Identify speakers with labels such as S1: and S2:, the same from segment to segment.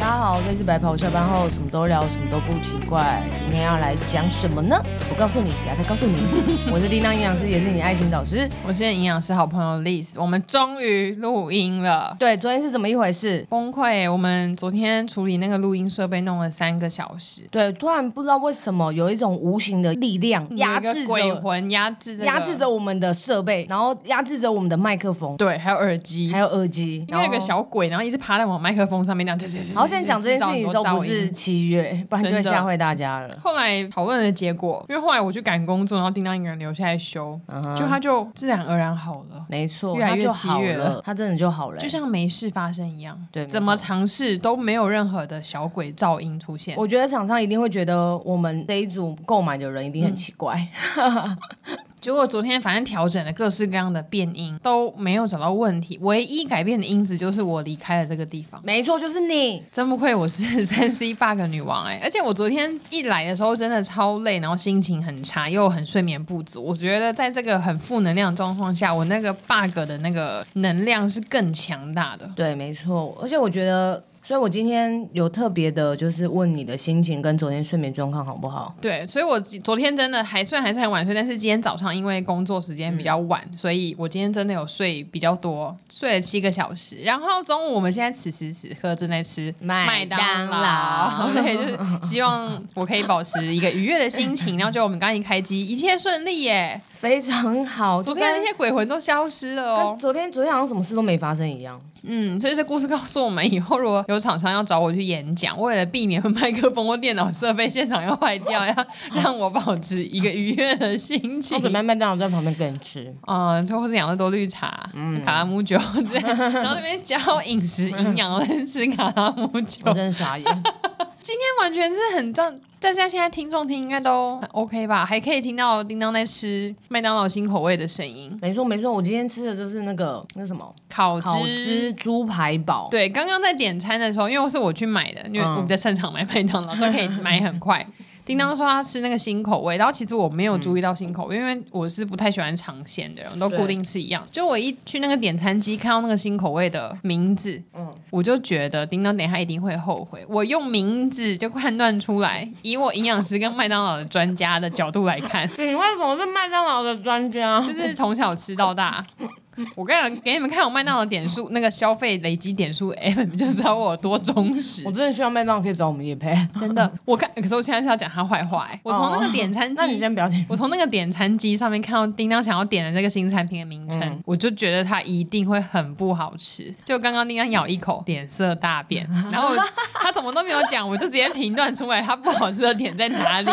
S1: 家好，这是白袍下班后，什么都聊，什么都不奇怪。今天要来讲什么呢？我告诉你，等下再告诉 你。我是叮当营养师，也是你的爱情导师。
S2: 我是营养师好朋友 Liz，我们终于录音了，
S1: 对，昨天是怎么一回事？
S2: 崩溃！我们昨天处理那个录音设备弄了三个小时，
S1: 对，突然不知道为什么有一种无形的力量压
S2: 嗯有一
S1: 制
S2: 个鬼
S1: 着、
S2: 魂压制、
S1: 压制着，我们的设备，然后压制着我们的麦克风，
S2: 对，还有耳机，
S1: 还有耳机，
S2: 嗯因
S1: 然
S2: 为
S1: 后
S2: 有个小鬼，然后一直爬在我麦克风上面，这样，然
S1: 好像讲这件事情都不是。七月，不然就会
S2: 真的
S1: 吓坏大家了。
S2: 后来讨论的结果，因为后来我去赶工作，然后叮当一个人留下来修，就他就自然而然好了，
S1: 嗯没错，
S2: 越来
S1: 它
S2: 越
S1: 就
S2: 七
S1: 好
S2: 月了
S1: 了，它真的就好了、欸
S2: 就像没事发生一样。
S1: 对没
S2: 怎么
S1: 错
S2: 尝试都没有任何的小鬼噪音出现。
S1: 我觉得厂商一定会觉得我们这一组购买的人一定很奇怪，
S2: 结果昨天反正调整了各式各样的变音，都没有找到问题。唯一改变的因子就是我离开了这个地方。
S1: 没错，就是你。
S2: 真不愧我是 三 C bug 女王哎、而且我昨天一来的时候真的超累，然后心情很差，又很睡眠不足。我觉得在这个很负能量的状况下，我那个 bug 的那个能量是更强大的。
S1: 对，没错，而且我觉得。所以，我今天有特别的，就是问你的心情跟昨天睡眠状况好不好？
S2: 对，所以我昨天真的还虽然还是很晚睡，但是今天早上因为工作时间比较晚，
S1: 嗯
S2: 所以我今天真的有睡比较多，睡了七个小时。然后中午我们现在此时此刻正在吃
S1: 麦
S2: 当
S1: 当
S2: 劳，
S1: 劳
S2: 对，就是希望我可以保持一个愉悦的心情。然后就我们刚刚一开机，一切顺利 耶，
S1: 非常好，
S2: 昨
S1: 就
S2: 天
S1: 跟
S2: 那些鬼魂都消失了
S1: 跟
S2: 哦。
S1: 昨天昨天好像什么事都没发生一样。
S2: 嗯，所以这故事告诉我们，以后如果有厂商要找我去演讲，为了避免麦克风或电脑设备现场要坏 掉，要让我保持一个愉悦的心
S1: 我
S2: 情。
S1: 准备麦当劳在旁边跟你吃，
S2: 嗯，就或是养乐多绿茶、
S1: 嗯
S2: 卡拉 姆酒之类，然后那边教饮食营养，认识卡拉姆
S1: 我
S2: 酒，今
S1: 真的傻 眼。
S2: 天完全是很正。大家现在听众听应该都
S1: 嗯
S2: 很 OK 吧？还可以听到叮当在吃麦当劳新口味的声音，
S1: 没错没错，我今天吃的就是那个那什么
S2: 烤
S1: 烤汁猪排堡，
S2: 对，刚刚在点餐的时候，因为是我去买的，因为
S1: 嗯
S2: 我们在现场买 麦当劳，所以可以买很快。叮当说他吃那个新口味，然后其实我没有注意到新口
S1: 嗯
S2: 味，因为我是不太喜欢尝鲜的人，我都固定吃一样。就我一去那个点餐机，看到那个新口味的名字，
S1: 嗯
S2: 我就觉得叮当等一下一定会后悔。我用名字就判断出来，以我营养师跟麦当劳的专家的角度来看，
S1: 请问什么是麦当劳的专啊家？
S2: 就是从小吃到大。 我跟你们给你们看我麦当劳点 数，那个消费累积点数 M 就知道我有多忠实
S1: 我。真的希望麦当劳可以找我们叶配。
S2: 真的，我看，可是我现在是要讲他坏话、欸。我从那个点餐
S1: 那你
S2: 机，
S1: 先不要听。
S2: 我从那个点餐机上面看到叮当想要点的这个新产品的名称，
S1: 嗯
S2: 我就觉得它一定会很不好吃。就刚刚叮当咬一口，脸色大 变，然后我他怎么都没有讲，我就直接评断出来它不好吃的点在哪里。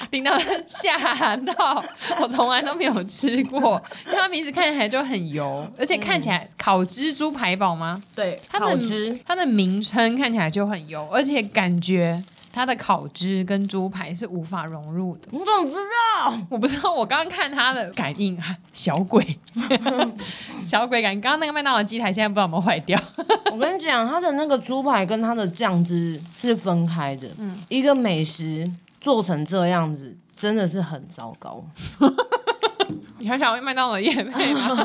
S2: 叮当吓到，我从来都没有吃过，因为它名字看起来就很油，而且看起来烤蜘蛛排堡吗？
S1: 对，
S2: 它的
S1: 烤汁，
S2: 它的名称看起来就很油，而且感觉它的烤汁跟猪排是无法融入的。
S1: 我怎么知道？
S2: 我不知道，我刚刚看它的感应，啊小鬼，小鬼感应。刚刚那个麦当劳机台现在不知道有没有坏掉。
S1: 我跟你讲，它的那个猪排跟它的酱汁是分开的。一个美食做成这样子，真的是很糟糕。
S2: 你还想要麦当劳的夜配吗？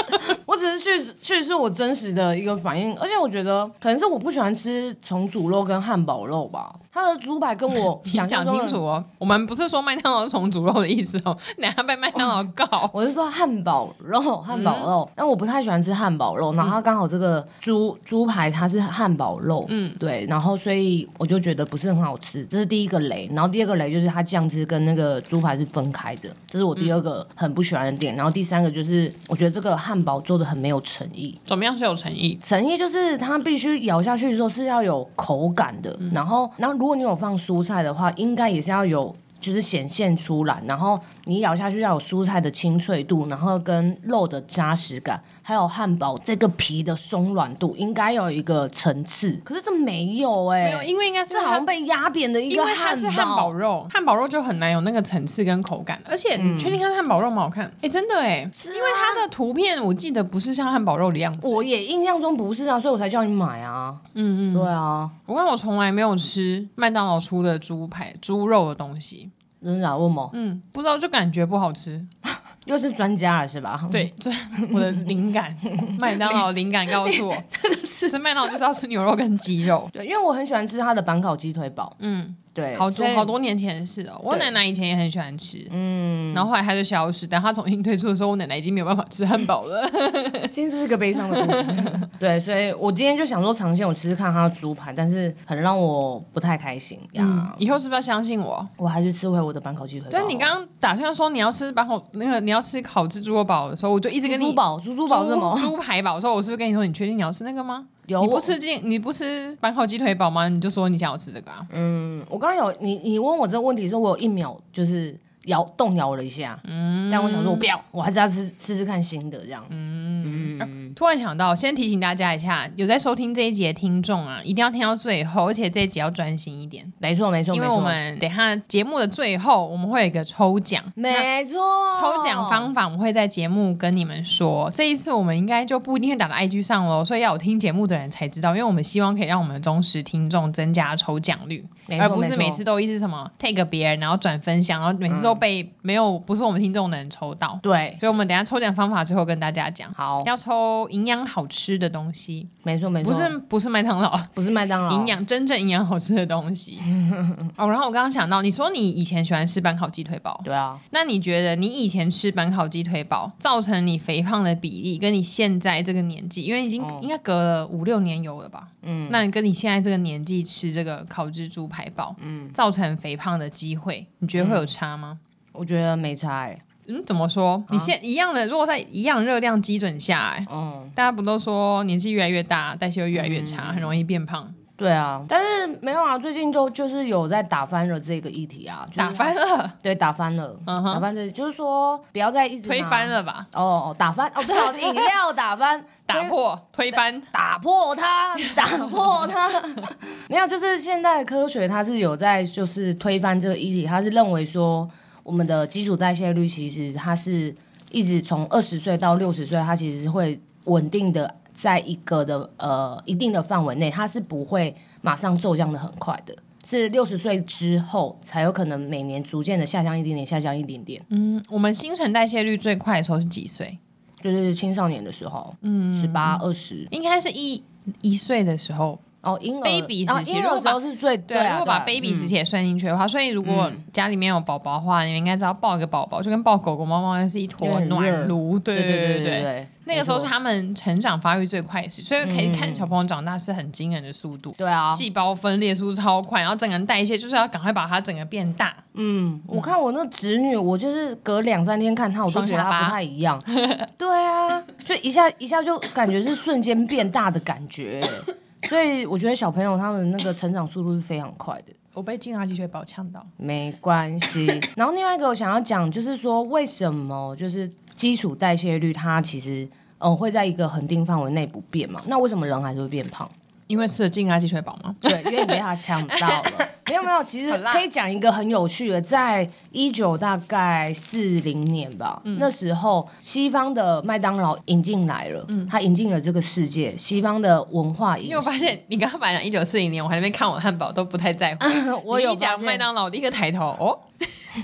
S1: 我只是叙叙述我真实的一个反应，而且我觉得可能是我不喜欢吃重组肉跟汉堡肉吧。它的猪排跟我
S2: 你
S1: 想象
S2: 讲
S1: 中
S2: 清
S1: 的，
S2: 楚哦，我们不是说麦当劳重组肉的意思哦， 等下被麦当劳 告。
S1: 我是说汉堡肉，汉堡肉，但我不太喜欢吃汉堡肉，然后它刚好这个猪猪排它是汉堡肉，嗯，对，然后所以我就觉得不是很好吃，这是第一个雷，然后第二个雷就是它酱汁跟那个猪排是分开的，这是我第二个很不喜欢的点，然后第三个就是我觉得这个汉堡做的很没有诚意，
S2: 怎么样是有诚意？
S1: 诚意就是它必须咬下去的时候是要有口感的，
S2: 嗯
S1: 然后，然后如果你有放蔬菜的话，应该也是要有。就是显现出来，然后你咬下去要有蔬菜的清脆度，然后跟肉的扎实感，还有汉堡这个皮的松软度，应该有一个层次。可是这没有哎、
S2: 没有，因为应该是
S1: 这好像被压扁的一
S2: 因
S1: 个
S2: 为它是汉堡肉，汉堡肉就很难有那个层次跟口感。啊而且你确定它是汉堡肉吗？好看？哎、真的哎、
S1: 是啊
S2: 因为它的图片我记得不是像汉堡肉的样子。
S1: 我也印象中不是啊，所以我才叫你买啊。嗯嗯，对啊，
S2: 我看我从来没有吃麦当劳出的猪排、猪肉的东西，
S1: 真的啊，为什么？
S2: 嗯嗯，不知道就感觉不好吃。
S1: 又是专家了是吧？
S2: 对，这 我的 灵感，麦当劳灵感告诉我，这个吃麦当劳就是要吃牛肉跟鸡肉。
S1: 对，因为我很喜欢吃它的板烤鸡腿堡，
S2: 嗯，
S1: 对，
S2: 好
S1: 所
S2: 多
S1: 以
S2: 好多年前的事哦。我
S1: 对
S2: 奶奶以前也很喜欢吃，
S1: 嗯，
S2: 然后后来它就消失。等它重新推出的时候，我奶奶已经没有办法吃汉 堡了。
S1: 今天这是个悲伤的故事。 对，所以我今天就想说尝鲜，我试试看它的猪排，但是很让我不太开心呀。
S2: 嗯，以后是不是要相信我？
S1: 我还是吃回我的板烤鸡腿堡。
S2: 就是你刚刚打算说你要吃把口那个你要吃烤制猪肉堡的时候，我就一直
S1: 猪
S2: 跟
S1: 猪
S2: 你
S1: 堡，猪猪堡是什么？
S2: 猪排堡的时候，我是不是跟你说你确定你要吃那个吗？
S1: 有
S2: 你
S1: 我
S2: 不吃进你不吃板烤鸡腿堡吗？你就说你想要吃这个啊？
S1: 嗯，我刚刚有你，你问我这个问题的时候，我有一秒就是摇动摇了一下，
S2: 嗯
S1: 但我想说我不要，我还是要吃吃吃看新的这样。
S2: 嗯
S1: 嗯
S2: 突然想到，先提醒大家一下，有在收听这一集的听众啊，一定要听到最后，而且这一集要专心一点，
S1: 没错，没错，
S2: 因为
S1: 没错
S2: 我们等一下节目的最后，我们会有一个抽奖。那
S1: 没错，
S2: 抽奖方法我们会在节目跟你们说，这一次我们应该就不一定会打到 IG 上喽，所以要有听节目的人才知道，因为我们希望可以让我们的忠实听众增加抽奖率。
S1: 没错，
S2: 而不是每次
S1: 没错
S2: 都一直什么 take 别人，然后转分享，然后每次都被、没有不是我们听众的人抽到。
S1: 对，
S2: 所以，我们等一下抽奖方法最后跟大家讲，
S1: 好，
S2: 要抽营养好吃的东西，
S1: 没错，没错，嗯
S2: 不是不是麦当劳，
S1: 不是麦当劳
S2: 营养真正营养好吃的东西。 哦，然后我刚刚想到，你说你以前喜欢吃板烤鸡腿堡，
S1: 对啊，
S2: 那你觉得你以前吃板烤鸡腿堡造成你肥胖的比例，跟你现在这个年纪，因为已经、
S1: 哦
S2: 应该隔了五六年有了吧？嗯，那你跟你现在这个年纪吃这个烤蜘蛛排堡，嗯，造成肥胖的机会，你觉得
S1: 嗯
S2: 会有差吗？
S1: 我觉得没差欸，
S2: 嗯，怎么说？
S1: 啊
S2: 你现一样的，如果在一样热量基准下、哎，
S1: 嗯，
S2: 大家不都说年纪越来越大，代谢会越来越差，很容易变胖？
S1: 对啊，但是没有啊，最近就就是有在打翻了这个议题啊，就是
S2: 打翻了，
S1: 对打翻了，
S2: 嗯哼
S1: 打翻这就是说不要再一直拿
S2: 推翻了吧？
S1: 哦哦打翻哦对 好，饮料打翻
S2: 打
S1: 推
S2: 破，推翻。
S1: 打破它，打破它。 没有，就是现代科学它是有在就是推翻这个议题，它是认为说我们的基础代谢率其实它是一直从二十岁到六十岁，它其实会稳定的在一个的呃一定的范围内，它是不会马上骤降的很快的。是六十岁之后才有可能每年逐渐的下降一点点，下降一点点，
S2: 嗯，我们新陈代谢率最快的时候是几岁？
S1: 就是青少年的时候，嗯，十八二十，
S2: 应该是一一岁的时候，
S1: 哦，婴儿
S2: Baby
S1: 哦
S2: 时期
S1: 婴
S2: 如
S1: 儿
S2: 果
S1: 时
S2: 把
S1: 候是最对
S2: 对
S1: 啊，
S2: 啊，如果把
S1: 对啊嗯
S2: baby 时期也算进去的话，所以如果家里面有宝宝的话，你们应该知道抱一个宝宝就跟抱狗狗、猫猫是一
S1: 因为
S2: 坨
S1: 很
S2: 暖
S1: 热
S2: 炉，对
S1: 对
S2: 对
S1: 对
S2: 对。
S1: 对，
S2: 那个时候是
S1: 没错
S2: 他们成长发育最快的时期，所以可以看小朋友长大是很惊人的速度，
S1: 对啊，
S2: 细胞分裂速度超快，然后整个人代谢就是要赶快把它整个变大。
S1: 嗯，我看我那侄女，我就是隔两三天看她，我都觉得
S2: 双下巴
S1: 她不太一样。对啊，就一下一下就感觉是瞬间变大的感觉，所以我觉得小朋友他们那个成长速度是非常快的。
S2: 我被金牙鸡腿堡呛到，
S1: 没关系。然后另外一个我想要讲，就是说为什么就是基础代谢率它其实嗯、呃会在一个恒定范围内不变嘛？那为什么人还是会变胖？
S2: 因为吃了金牙鸡腿堡吗？
S1: 对，因为你被他呛到了。没有没有，其实
S2: 很辣
S1: 可以讲一个很有趣的，在一九大概四零年吧，
S2: 嗯
S1: 那时候西方的麦当劳引进来了，它引进了这个世界西方的文化饮
S2: 因为我发
S1: 食。
S2: 嗯现你刚刚本来一九四零年，我还在那边看我汉堡都不太在乎，
S1: 我
S2: 你
S1: 有
S2: 一讲
S1: 发现
S2: 麦当劳，我第一个抬头 哦，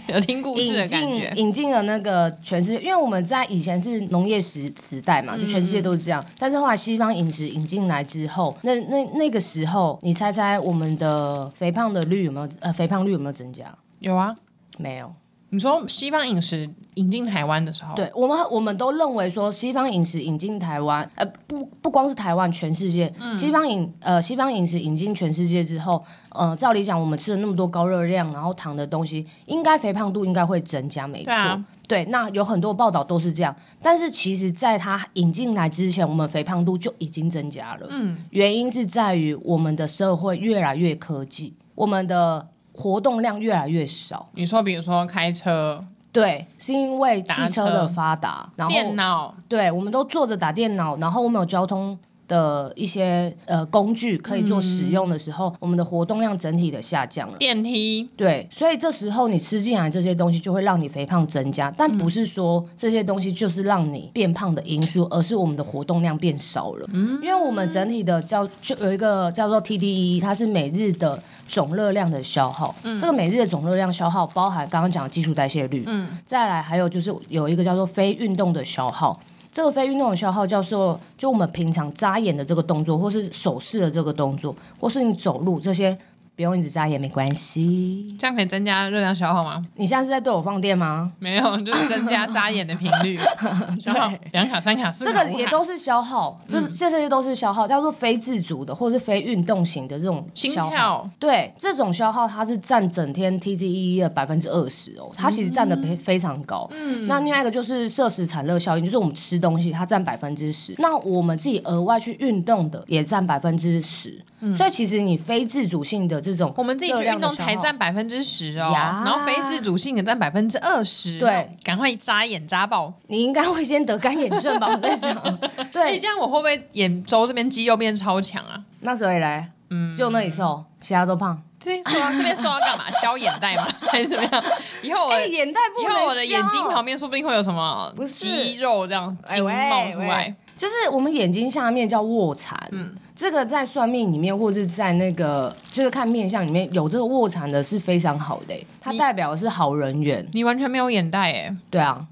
S2: 有听故事
S1: 引
S2: 的感
S1: 进
S2: 觉。
S1: 引进了那个全世界，因为我们在以前是农业时时代嘛，就全
S2: 嗯
S1: 世界都是这样。但是后来西方饮食引进来之后，那那那个时候，你猜猜我们的肥胖的率有没有呃肥胖率有没有增加？
S2: 有啊，
S1: 没有。
S2: 你说西方饮食引进台湾的时候，，
S1: 对我们，我们都认为说西方饮食引进台湾，呃，不不光是台湾，全世界、
S2: 嗯
S1: 西方饮呃西方饮食引进全世界之后，呃，照理讲，我们吃了那么多高热量，然后糖的东西，应该肥胖度应该会增加，没错。
S2: 对啊
S1: 对，那有很多报道都是这样，但是其实在它引进来之前，我们肥胖度就已经增加了。嗯，原因是在于我们的社会越来越科技，我们的活动量越来越少。
S2: 你说比如说开车、
S1: 对，是因为汽
S2: 打
S1: 车
S2: 车
S1: 的发达，然后
S2: 电脑，
S1: 对，我们都坐着打电脑，然后我们有交通的一些呃工具可以做使用的时候，我们的活动量整体的下降了。
S2: 电梯
S1: 对，所以这时候你吃进来这些东西，就会让你肥胖增加，但不是说这些东西就是让你变胖的因素，而是我们的活动量变少了。因为我们整体的叫就有一个叫做 TDE，它是每日的总热量的消耗。这个每日的总热量消耗包含刚刚讲的基础代谢率，再来还有就是有一个叫做非运动的消耗。这个非运动的消耗叫做，就我们平常扎眼的这个动作，或是手势的这个动作，或是你走路这些，不用一直扎眼没关系。
S2: 这样可以增加热量消耗吗？
S1: 你现在是在对我放电吗？
S2: 没有，就是增加眨眼的频 率，消耗两卡、三卡、四
S1: 这
S2: 卡。
S1: 个
S2: 五卡
S1: 也都是消耗，就是这些都是消耗，叫做非自主的或是非运动型的这种
S2: 心
S1: 消耗。
S2: 跳
S1: 对，这种消耗它是占整天 TGE 的百分之二十哦，它其实占的非非常高。嗯，那另外一个就是摄食产热效应，就是我们吃东西它占百分之十，那我们自己额外去运动的也占百分之十，所以其实你非自主性的这种
S2: 我们自己去
S1: 热量
S2: 运
S1: 的
S2: 动才
S1: 消耗
S2: 占百分之十哦，
S1: 呀
S2: 然后非自主性的占百分之二十，哦
S1: 对，
S2: 赶快眨眼眨爆。
S1: 你应该会先得干眼症吧？我在 想，
S2: 哎、
S1: 对
S2: 这，样我会不会眼周这边肌肉变超强啊？
S1: 那谁来？嗯，就那里瘦，其他都胖。
S2: 这 边说这边说要干嘛？消眼袋吗？ 还是怎么样？以后我、
S1: 哎、眼袋不
S2: 以
S1: 能
S2: 后我的眼睛
S1: 笑
S2: 旁边说不定会有什么
S1: 不是
S2: 肌肉这样
S1: 哎
S2: 筋
S1: 喂
S2: 冒出来
S1: 喂。就是我们眼睛下面叫卧蚕，
S2: 嗯
S1: 这个在算命里面或是在那个就是看面相里面有这个卧蚕的是非常好的欸、它代表的是好人缘，
S2: 你完全没有眼袋哎、
S1: 对 啊。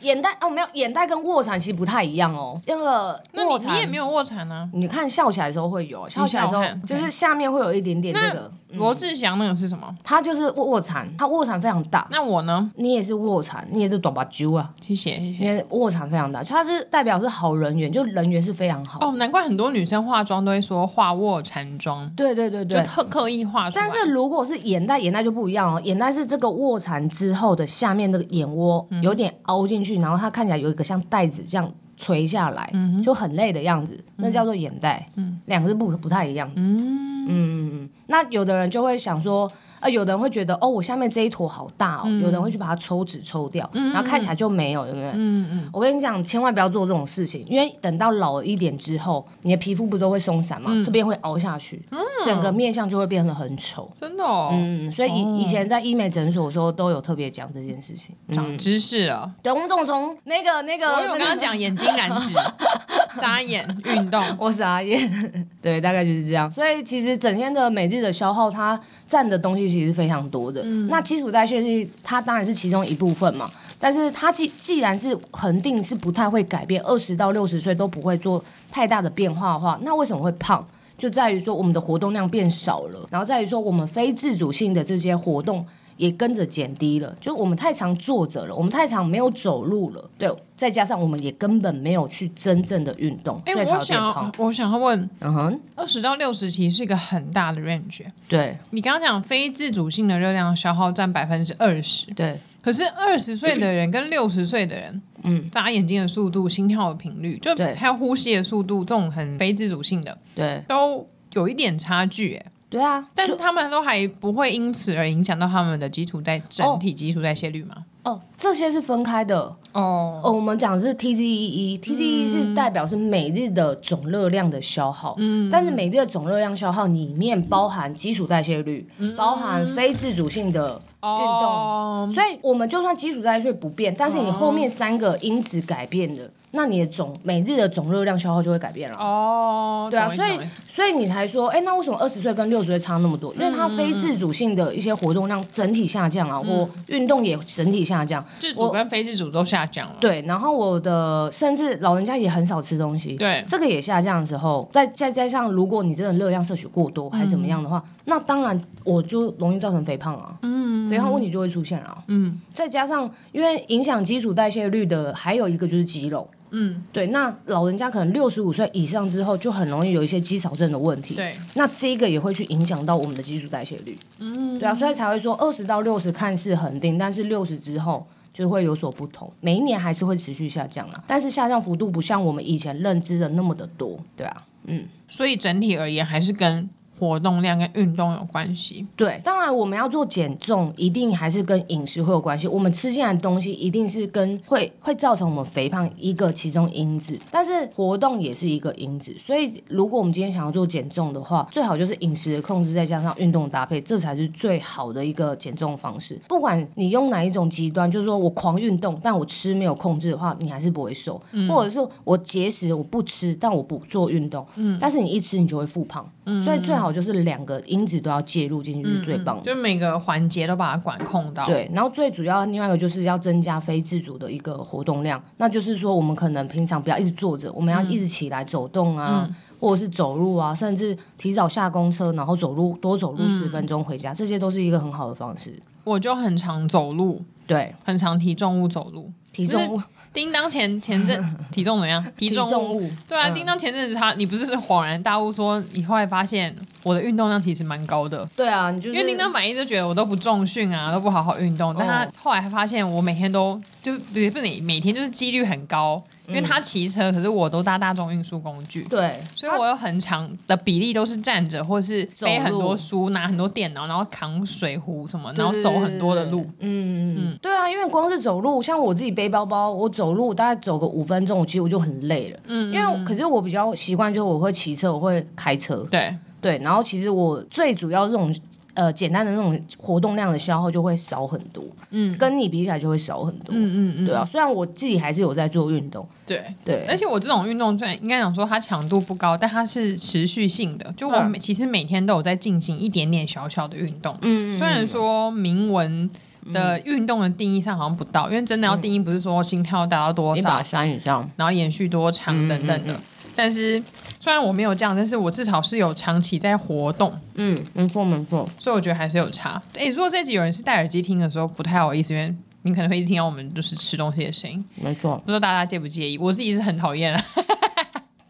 S1: 眼袋哦，没有眼袋跟卧蚕其实不太一样哦，那个
S2: 那
S1: 卧
S2: 你你
S1: 蚕
S2: 也没有卧蚕啊？
S1: 你看笑起来的时候会有，哦笑起来的时
S2: 笑看
S1: 候就是下面会有一点点这个，嗯
S2: 罗志祥那个是什么？
S1: 它就是卧卧蚕，它卧蚕非常大。
S2: 那我呢？
S1: 你也是卧蚕，你也是短把揪啊，
S2: 谢谢谢
S1: 你
S2: 谢。
S1: 也卧蚕非常大，它是代表是好人缘，就人缘是非常好。
S2: 哦，难怪很多女生化妆都会说化卧蚕妆，
S1: 对对对
S2: 就
S1: 对，
S2: 特刻意化出来。
S1: 但是如果是眼袋，眼袋就不一样哦。眼袋是这个卧蚕之后的下面那个眼窝
S2: 嗯
S1: 有点凹进去，然后它看起来有一个像带子这样垂下来，
S2: 嗯
S1: 就很累的样子，那叫做眼袋。两个是不不太一样的。嗯嗯嗯。那有的人就会想说，呃，有的人会觉得哦，我下面这一坨好大哦，有的人会去把它抽脂抽掉，然后看起来就没有，对不对？
S2: 嗯嗯，
S1: 我跟你讲，千万不要做这种事情，因为等到老一点之后，你的皮肤不都会松散嘛，
S2: 嗯
S1: 这边会凹下去，整个面相就会变得很丑。
S2: 真的嗯哦，
S1: 嗯，所以以、以前在医美诊所的时候都有特别讲这件事情。嗯
S2: 长知识了。
S1: 对，我们总从那个那
S2: 我
S1: 个
S2: 有
S1: 那
S2: 刚
S1: 个
S2: 刚讲眼睛燃脂、 眨眼、运动，
S1: 我傻眼，对，大概就是这样。所以其实整天的每日的消耗，它占的东西其实非常多的。
S2: 嗯
S1: 那基础代谢是它当然是其中一部分嘛，但是它既既然是恒定是不太会改变，二十到六十岁都不会做太大的变化的话，那为什么会胖？就在于说我们的活动量变少了，然后在于说我们非自主性的这些活动也跟着减低了，就是我们太常坐着了，我们太常没有走路了，对，再加上我们也根本没有去真正的运动，
S2: 哎、
S1: 所以才
S2: 我
S1: 会变
S2: 想
S1: 胖
S2: 要。，我想要问，
S1: 嗯哼，
S2: 二十到六十其实是一个很大的 range。
S1: 对
S2: 你刚刚讲非自主性的热量消耗占百分之二十，
S1: 对，
S2: 可是二十岁的人跟六十岁的人，嗯， 眨眼睛的速度、心跳的频率，就
S1: 对
S2: 还有呼吸的速度，这种很非自主性的
S1: 对
S2: 都有一点差距、哎，
S1: 对啊，
S2: 但是
S1: 所
S2: 他们都还不会因此而影响到他们的基础代整体基础代谢率嘛？
S1: 哦，这些是分开的。
S2: 哦，
S1: 哦，我们讲的是 TGEE，TGE E 是代表是每日的总热量的消耗，嗯，但是每日的总热量消耗里面包含基础代谢率，包含非自主性的运动，
S2: 哦，
S1: 所以我们就算基础代谢率不变，但是你后面三个因子改变了，那你的总每日的总热量消耗就会改变了。
S2: 哦，
S1: 对啊，
S2: 懂意思
S1: 所以
S2: 懂意思
S1: 所以你才说，哎、那为什么二十岁跟六十岁差那么多？因为它非自主性的一些活动量整体下降啊，我运动也整体下降，
S2: 自主
S1: 我
S2: 跟非自主都下降了。
S1: 对，然后我的甚至老人家也很少吃东西，
S2: 对
S1: 这个也下降的时候，再再加上如果你真的热量摄取过多还怎么样的话，那当然我就容易造成肥胖啊，嗯，肥胖问题就会出现了，嗯，再加上因为影响基础代谢率的还有一个就是肌肉。嗯，对，那老人家可能六十五岁以上之后，就很容易有一些肌少症的问题。
S2: 对，
S1: 那这个也会去影响到我们的基础代谢率。嗯，对啊，所以才会说二十到六十看似恒定，但是六十之后就会有所不同。每一年还是会持续下降啦，但是下降幅度不像我们以前认知的那么的多，对啊。嗯，
S2: 所以整体而言还是跟活动量跟运动有关系。
S1: 对，当然我们要做减重，一定还是跟饮食会有关系。我们吃进来的东西一定是跟会会造成我们肥胖一个其中因子，但是活动也是一个因子。所以如果我们今天想要做减重的话，最好就是饮食的控制，再加上运动搭配，这才是最好的一个减重方式。不管你用哪一种极端，就是说我狂运动，但我吃没有控制的话，你还是不会瘦；或者是我节食，我不吃，但我不做运动，但是你一吃你就会复胖。所以最好就是两个因子都要介入进去是最棒的。
S2: 就每个环节都把它管控到。
S1: 对，然后最主要另外一个就是要增加非自主的一个活动量，那就是说我们可能平常不要一直坐着，我们要一直起来走动啊，或者是走路啊，甚至提早下公车，然后走路多走路十分钟回家，这些都是一个很好的方式。
S2: 我就很常走路，
S1: 对，
S2: 很常提重物走路。
S1: 体重物，
S2: 叮当前前阵 体重怎么样？提
S1: 体
S2: 重
S1: 重
S2: 物。
S1: 物，
S2: 对啊，
S1: 嗯
S2: 叮当前阵子他，你不是恍然大悟说，你后来发现我的运动量其实蛮高的，
S1: 对啊，你就是
S2: 因为叮当满一直觉得我都不重训啊，都不好好运动，但他
S1: 哦
S2: 后来他发现我每天都就也不是你每天就是几率很高，因为
S1: 嗯
S2: 他骑车，可是我都搭大众运输工具。
S1: 对，
S2: 所以我有很长的比例都是站着，或是背很多书、拿很多电脑，然后扛水壶什么，然后走很多的路。
S1: 嗯嗯嗯，对啊，因为光是走路，像我自己背包包，我走路大概走个五分钟，我其实我就很累了。嗯，因为可是我比较习惯，就是我会骑车，我会开车，
S2: 对，
S1: 对，然后其实我最主要这种呃简单的那种活动量的消耗就会少很多，嗯，跟你比起来就会少很多，
S2: 嗯嗯嗯，
S1: 对啊。虽然我自己还是有在做运动，
S2: 对。而
S1: 对，
S2: 且我这种运动，虽然应该讲说它强度不高，但它是持续性的。就我
S1: 嗯
S2: 每、其实每天都有在进行一点点小小的运动。
S1: 嗯
S2: 虽然说明文的运动的定义上好像不到，因为真的要
S1: 嗯
S2: 定义不是说心跳达到多
S1: 一
S2: 少
S1: 把，山以上，
S2: 然后延续多长
S1: 嗯
S2: 等等的。但是虽然我没有这样，但是我至少是有长期在活动。
S1: 嗯，没错没错，
S2: 所以我觉得还是有差。哎、如果这集有人是戴耳机听的时候，不太好意思，因为你可能会一直听到我们就是吃东西的声音，
S1: 没错，
S2: 不知道大家介不介意？我自己是很讨厌啊。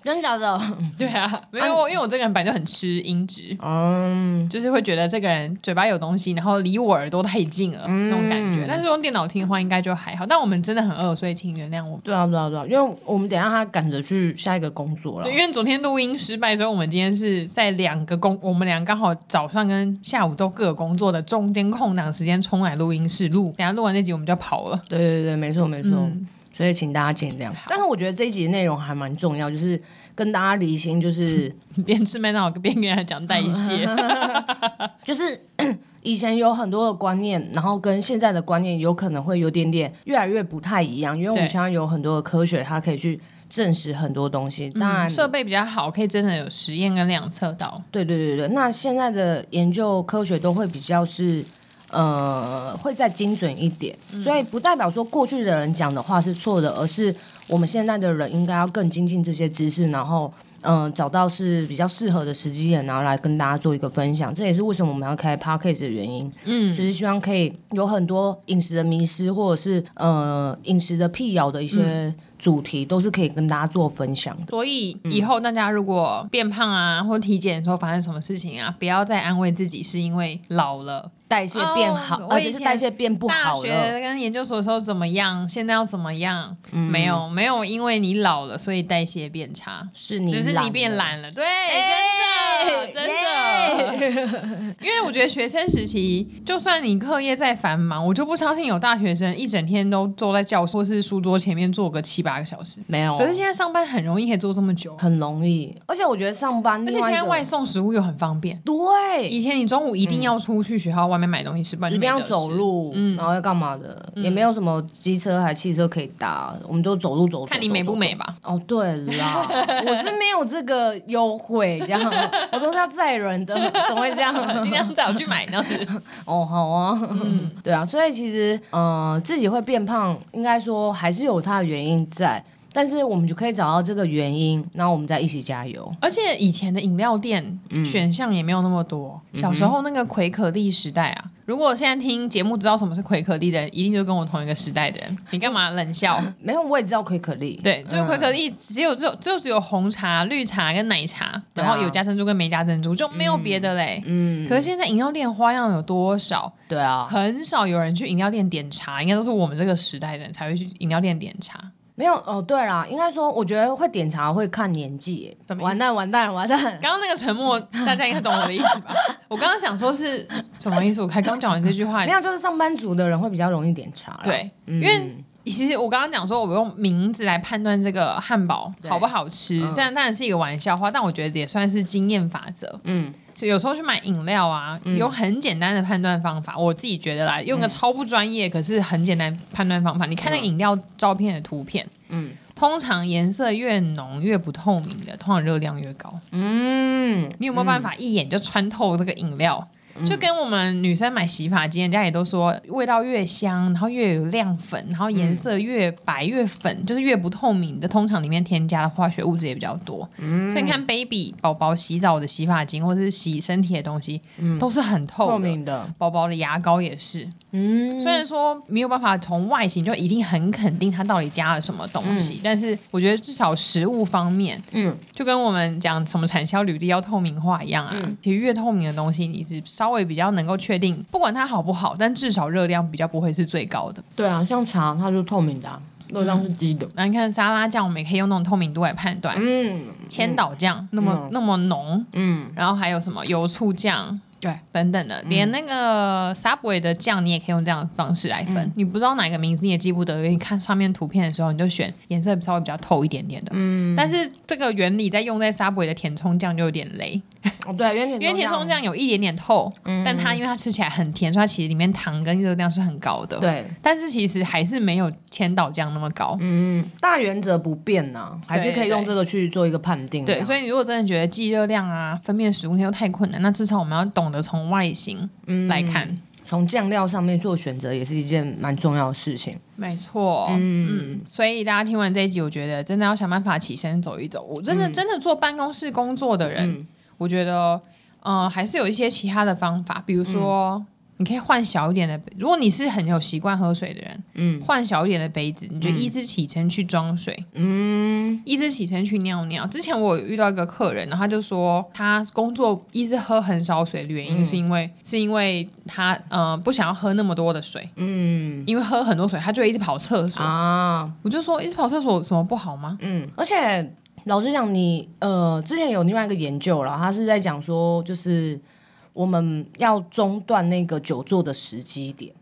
S1: 真假的，
S2: 对啊，没有，因为我这个人本来就很吃音质，
S1: 嗯，
S2: 就是会觉得这个人嘴巴有东西，然后离我耳朵太近了、那种感觉。但是用电脑听的话，应该就还好。但我们真的很饿，所以请原谅我们。
S1: 对啊对啊对啊，因为我们等一下他赶着去下一个工作了
S2: 对，，因为昨天录音失败，所以我们今天是在两个工，我们俩刚好早上跟下午都各有工作的中间空档时间冲来录音室录。等一下录完这集我们就要跑了。
S1: 对对对，没错没错。
S2: 嗯
S1: 所以请大家见谅，但是我觉得这一集的内容还蛮重要，就是跟大家理清， 就是
S2: 边吃麦当劳边跟人家讲代 谢，
S1: 就是 以前有很多的观念，然后跟现在的观念有可能会有点点越来越不太一样，因为我们
S2: 对
S1: 现在有很多的科学，它可以去证实很多东西。
S2: 嗯
S1: 当然，
S2: 设备比较好，可以真的有实验跟量测到。
S1: 对对对对，那现在的研究科学都会比较是。呃，会再精准一点，
S2: 嗯
S1: 所以不代表说过去的人讲的话是错的，而是我们现在的人应该要更精进这些知识，然后嗯、呃找到是比较适合的时机点，然后来跟大家做一个分享。这也是为什么我们要开 podcast 的原因。嗯，就是希望可以有很多饮食的迷失，或者是呃饮食的辟谣的一
S2: 嗯
S1: 些主题，都是可以跟大家做分享的。
S2: 所以以后大家如果变胖啊，或体检的时候发生什么事情啊，不要再安慰自己是因为老了。
S1: 代谢变好，
S2: 哦我
S1: 而
S2: 以
S1: 且是
S2: 前
S1: 代谢变不
S2: 大
S1: 好
S2: 学
S1: 了。
S2: 跟研究所的时候怎么样，现在要怎么样？没有，没有，因为你老了，所以代谢变差。
S1: 是你
S2: 只是你
S1: 懒
S2: 变
S1: 了
S2: 懒了，对，
S1: 哎
S2: 真的，真的。 因为我觉得学生时期，就算你课业再繁忙，我就不相信有大学生一整天都坐在教室或是书桌前面坐个七八个小时。
S1: 没有，
S2: 可是现在上班很容易可以坐这么久，
S1: 很容易，而且我觉得上班
S2: 而
S1: 另
S2: 且
S1: 外
S2: 现
S1: 一个，
S2: 在外送食物又很方便。
S1: 对，
S2: 以前你中午一定要出去学校外面买东西吃饭，
S1: 一定要
S2: 就没得吃嗯
S1: 走。路，然后要干嘛的，也没有什么机车还汽车可以搭，我们都走路走走。
S2: 看你美不
S1: 走？
S2: 美吧。
S1: 走哦，对啦，我是没有这个优惠，这样我都是要载人的，怎么会 这样？
S2: 今天早去买 呢，
S1: 哦，好啊，
S2: 嗯
S1: 对啊，所以其实呃，自己会变胖，应该说还是有它的原因在，但是我们就可以找到这个原因，然后我们再一起加油。
S2: 而且以前的饮料店
S1: 嗯
S2: 选项也没有那么多。小时候那个葵可丽时代啊，如果现在听节目知道什么是葵可丽的人，一定就跟我同一个时代的人。你干嘛冷笑？
S1: 没有，我也知道可可丽，
S2: 对，就是葵可丽，只有只有只有只有红茶、绿茶跟奶茶，
S1: 对
S2: 然
S1: 啊
S2: 后有加珍珠跟没加珍珠，就没有别的嘞。
S1: 嗯，
S2: 可是现在饮料店花样有多少？
S1: 对啊，
S2: 很少有人去饮料店点茶，应该都是我们这个时代的人才会去饮料店点茶。
S1: 没有哦，对啦，应该说，我觉得会点茶会看年纪耶
S2: 什么意。思
S1: 完蛋，完蛋，完 蛋！
S2: 刚刚那个沉默，大家应该懂我的 意思吧？我刚刚想说是什么意思？我才刚讲完这句话
S1: 没，有，就是上班族的人会比较容易点茶啦。
S2: 对，
S1: 嗯，
S2: 因为其实我刚刚讲说，我用名字来判断这个汉堡
S1: 对
S2: 好不好吃，
S1: 嗯
S2: 这样当然是一个玩笑话，但我觉得也算是经验法则。
S1: 嗯，
S2: 就有时候去买饮料啊，用很简单的判断方法，我自己觉得啦，用个
S1: 嗯
S2: 超不专业，可是很简单的判断方法。你看那个饮料照片的图片，
S1: 嗯
S2: 嗯，通常颜色越浓越不透明的，通常热量越高。
S1: 嗯，
S2: 你有没有办法一眼就穿透这个饮料？就跟我们女生买洗发精，人家也都说味道越香，然后越有亮粉，然后颜色越白越
S1: 嗯
S2: 粉，就是越不透明的。通常里面添加的化学物质也比较多，
S1: 嗯
S2: 所以你看 baby 宝宝洗澡的洗发精或者是洗身体的东西，都是很透的
S1: 嗯透。明的，
S2: 宝宝的牙膏也是，
S1: 嗯，
S2: 虽然说没有办法从外形就一定很肯定它到底加了什么东西，但是我觉得至少食物方面，
S1: 嗯
S2: 嗯，就跟我们讲什么产销履历要透明化一样啊。
S1: 嗯
S2: 其实越透明的东西，你是稍微比较能够确定，不管它好不好，但至少热量比较不会是最高的。
S1: 对啊，像茶它就透明的、啊，热量是低的。
S2: 那你看沙拉酱，我们也可以用那种透明度来判断。
S1: 嗯
S2: 千岛酱那么、那么浓，
S1: 嗯，
S2: 然后还有什么油醋酱，
S1: 对，嗯
S2: 等等的，连那个 Subway 的酱你也可以用这样的方式来分。
S1: 嗯
S2: 你不知道哪个名字，你也记不得，你看上面图片的时候，你就选颜色稍微比较透一点点的。嗯，但是这个原理在用在 Subway 的甜葱酱就有点雷，
S1: 哦对，原甜
S2: 因为甜葱酱有一点点透，
S1: 嗯
S2: 但它因为它吃起来很甜，所以它其实里面糖跟热量是很高的。。
S1: 对，
S2: 但是其实还是没有千岛酱那么高，
S1: 嗯，大原则不变呐、还是可以用这个去做一个判定。啊
S2: 对，所
S1: 以
S2: 以你如果真的觉得记热量啊、分辨食物那又太困难，那至少我们要懂得从外形
S1: 嗯
S2: 来看。
S1: 从酱料上面做选择也是一件蛮重要的事情。
S2: 没错，嗯所以大家听完这一集，我觉得真的要想办法起身走一走。我真的、真的做办公室工作的人，我觉得，呃，还是有一些其他的方法，比如说。你可以换小一点的，如果你是很有习惯喝水的人，嗯，换小一点的杯子，你就一只起身去装水，嗯，一只起身去尿尿。之前我有遇到一个客人，然后他就说他工作一直喝很少水的原因，是因为、是因为他呃不想要喝那么多的水，
S1: 嗯
S2: 因为喝很多水，他就会一直跑厕所。
S1: 啊，
S2: 我就说一直跑厕所有什么不好吗？
S1: 嗯，而且老实讲你，呃，之前有另外一个研究啦，他是在讲说，就是我们要中断那个久坐的时机点，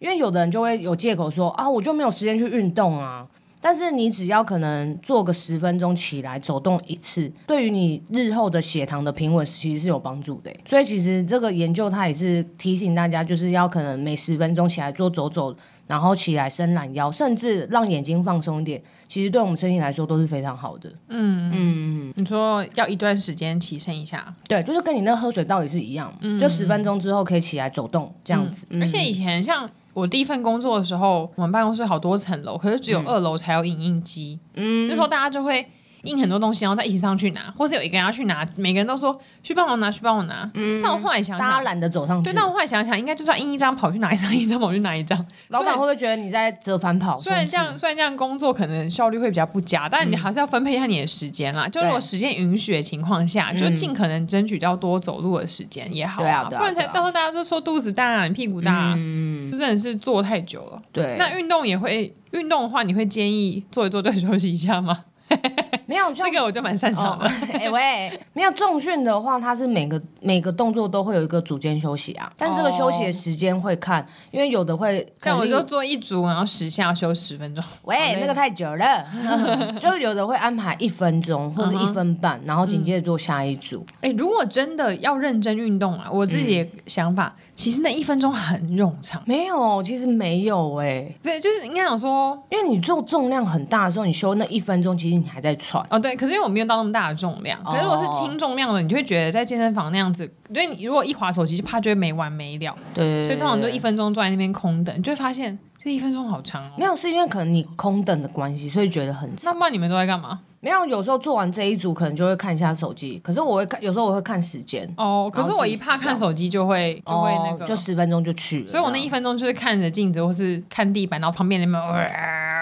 S1: 因为有的人就会有借口说啊，我就没有时间去运动啊。但是你只要可能做个十分钟起来走动一次，对于你日后的血糖的平稳其实是有帮助的欸。所以其实这个研究它也是提醒大家，就是要可能每十分钟起来做走走，然后起来伸懒腰，甚至让眼睛放松一点，其实对我们身体来说都是非常好的。嗯
S2: 你说要一段时间起身一下，
S1: 对，就是跟你那喝水道理是一样，
S2: 嗯
S1: 就十分钟之后可以起来走动这样子。
S2: 而且以前像我第一份工作的时候，我们办公室好多层楼，可是
S1: 嗯
S2: 只有二楼才有影印机。嗯，那时候大家就会印很多东西，然后再一起上去拿，或是有一个人要去拿，每个人都说去帮我拿，去帮我拿。嗯，但我后来想
S1: 大家
S2: 想，
S1: 懒得走上去
S2: 对，，但我后来想想，应该就是要印一张跑去拿一张，印一张跑去拿一张。
S1: 老
S2: 虽然
S1: 板会不会觉得你在折返跑？
S2: 虽然这样，虽然这样工作可能效率会比较不佳，但你还是要分配一下你的时间啦。就如果时间允许的情况下，就尽可能争取到多走路的时间也好
S1: 对啊对啊
S2: 不然才
S1: 对啊
S2: 到时候大家都说肚子大、你屁股大，啊就真的是坐太久了。
S1: 嗯对，
S2: 那运动也会，运动的话，你会建议坐一坐再 休息一下吗？
S1: 没有就
S2: 这个我就蛮擅长
S1: 哦，
S2: 的。
S1: 哎、喂，没有重训的话，它是每个每个动作都会有一个组间休息啊，但这个休息的时间会看，因为有的会可
S2: 像
S1: 能
S2: 哦我
S1: 例如，
S2: 就做一组，然后十下休十分钟。
S1: 喂，那个太久了， 就有的会安排一分钟或
S2: 嗯
S1: 者一分半，然后紧接着做下一组。
S2: 哎、如果真的要认真运动啊，我自己的想法，其实那一分钟很冗长。
S1: 没有，其实没有哎、
S2: 对，就是应该想说，
S1: 因为你做重量很大的时候，你休那一分钟，其实你还在喘。
S2: 哦，对，可是因为我没有到那么大的重量，
S1: 哦
S2: 可是如果是轻重量的，你就会觉得在健身房那样子，因为你如果一滑手机，就怕就会没完没了，
S1: 对
S2: 所以通常就一分钟坐在那边空等，你就会发现这一分钟好长
S1: 没
S2: 哦。
S1: 有，是因为可能你空等的关系，所以觉得很长。
S2: 那不然你们都在干嘛？
S1: 没有，有时候做完这一组，可能就会看一下手机。可是我会看，有时候我会看时间，
S2: 哦，可是我一
S1: 然后
S2: 怕
S1: 自己
S2: 看手机就会就会那
S1: 哦
S2: 个，
S1: 就十分钟就去了。
S2: 所以我那一
S1: 这样
S2: 分钟就是看着镜子或是看地板，然后旁边那边、呃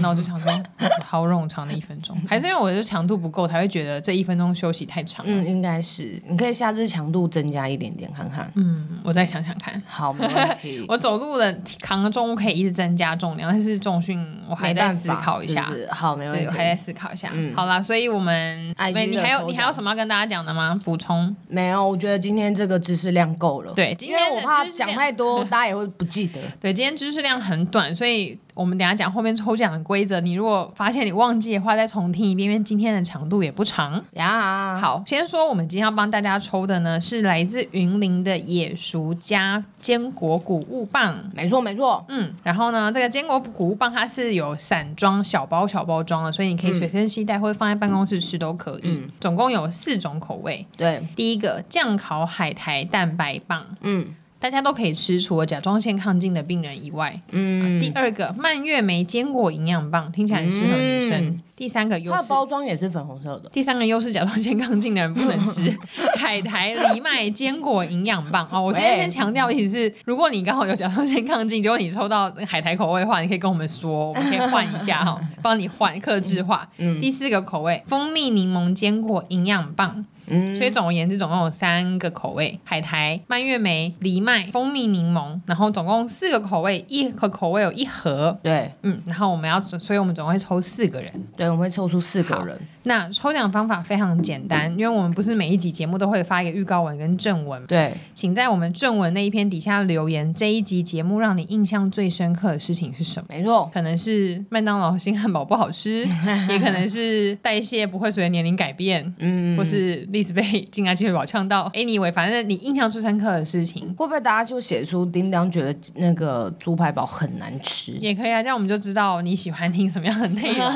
S2: 然后我就想说，嗯好冗长的一分钟，还是因为我的强度不够，才会觉得这一分钟休息太长了。
S1: 嗯，应该是，你可以下次强度增加一点点看看。
S2: 嗯，我再想想看。
S1: 好，没问题。
S2: 我走路的扛的重物可以一直增加重量，但是重训我还
S1: 没
S2: 在
S1: 办
S2: 思
S1: 法
S2: 考一下。
S1: 是不是好，没问
S2: 对，
S1: 题
S2: 我。还在思考一下。
S1: 嗯
S2: 好啦，所以我们
S1: IG
S2: 没你还
S1: 的
S2: 有
S1: 抽
S2: 你还有
S1: 奖
S2: 什么要跟大家讲的吗？补充？
S1: 没有，我觉得今天这个知识量够了。，
S2: 对，今
S1: 因
S2: 天
S1: 为我
S2: 的
S1: 怕
S2: 知识
S1: 讲
S2: 量
S1: 太多，大家也会不记 得。
S2: 对，今天知识量很短，所以我们等一下讲后面抽奖的规则。你如果发现你忘记的话，再重听一遍，因为今天的长度也不长。
S1: 呀，，
S2: 好，先说我们今天要帮大家抽的呢，是来自云林的野熟家坚果谷物棒。
S1: 没错没错，
S2: 嗯，然后呢，这个坚果谷物棒它是有散装、小包、小包装的，所以你可以随身携带或者放在办公室吃都可以。
S1: 嗯
S2: 总共有四种口味，
S1: 对，
S2: 第一个酱烤海苔蛋白棒，
S1: 嗯
S2: 大家都可以吃，除了甲状腺亢进的病人以外。
S1: 嗯，
S2: 第二个蔓越莓坚果营养棒，听起来很适合女生。
S1: 嗯
S2: 第三个优
S1: 它的
S2: 势，
S1: 包装也是粉红色的。
S2: 第三个优势甲状腺亢进的人不能 吃海苔藜麦坚果营养棒哦。我今天
S1: 喂
S2: 先强调一题是，如果你刚好有甲状腺亢进，结果你抽到海苔口味的话，你可以跟我们说， 我们可以换一下哈、哦，帮你换克制化。
S1: 嗯
S2: 第四个口味蜂蜜柠檬坚果营养棒，
S1: 嗯，
S2: 所以总而言之，总共有三个口味：海苔、蔓越莓、藜麦、蜂蜜柠檬，然后总共四个口味，一个口味有一盒。
S1: 对
S2: 嗯，然后我们要，所以我们总共会抽四个人。
S1: 对，我们会抽出四个人。
S2: 那抽奖方法非常简单，因为我们不是每一集节目都会发一个预告文跟正文，
S1: 对，
S2: 请在我们正文那一篇底下留言，这一集节目让你印象最深刻的事情是什么？
S1: 没错，
S2: 可能是麦当劳新汉堡不好吃，也可能是代谢不会随着年龄改变，
S1: 嗯，
S2: 或是栗子被进来气血宝呛到。Anyway，反正你印象最深刻的事情
S1: 会不会大家就写出叮当觉得那个猪排堡很难吃？
S2: 也可以啊，这样我们就知道你喜欢听什么样的 内容。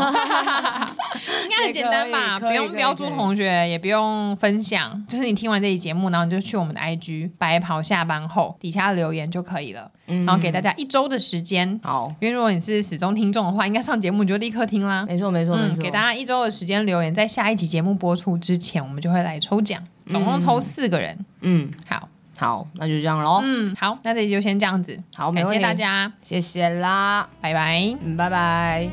S2: 应该很简单吧，
S1: 也
S2: 不
S1: 可以
S2: 用
S1: 可以
S2: 标
S1: 可以
S2: 注同学，也不用分享，就是你听完这期节目，然后你就去我们的 IG 白袍下班后底下留言就可以了，
S1: 嗯
S2: 然后给大家一周的时间。
S1: 好，
S2: 因为如果你是始终听众的话，应该上节目你就立刻听啦。
S1: 没错没错没
S2: 嗯，
S1: 错，
S2: 给大家一周的时间留言，在下一集节目播出之前，我们就会来抽奖，总共抽四个人。
S1: 嗯，
S2: 好，
S1: 好，那就这样喽。
S2: 嗯，好，那这集就先这样子，
S1: 好，没
S2: 感
S1: 问
S2: 谢
S1: 题，
S2: 大，家，
S1: 谢谢啦，
S2: 拜拜。
S1: 嗯，拜拜。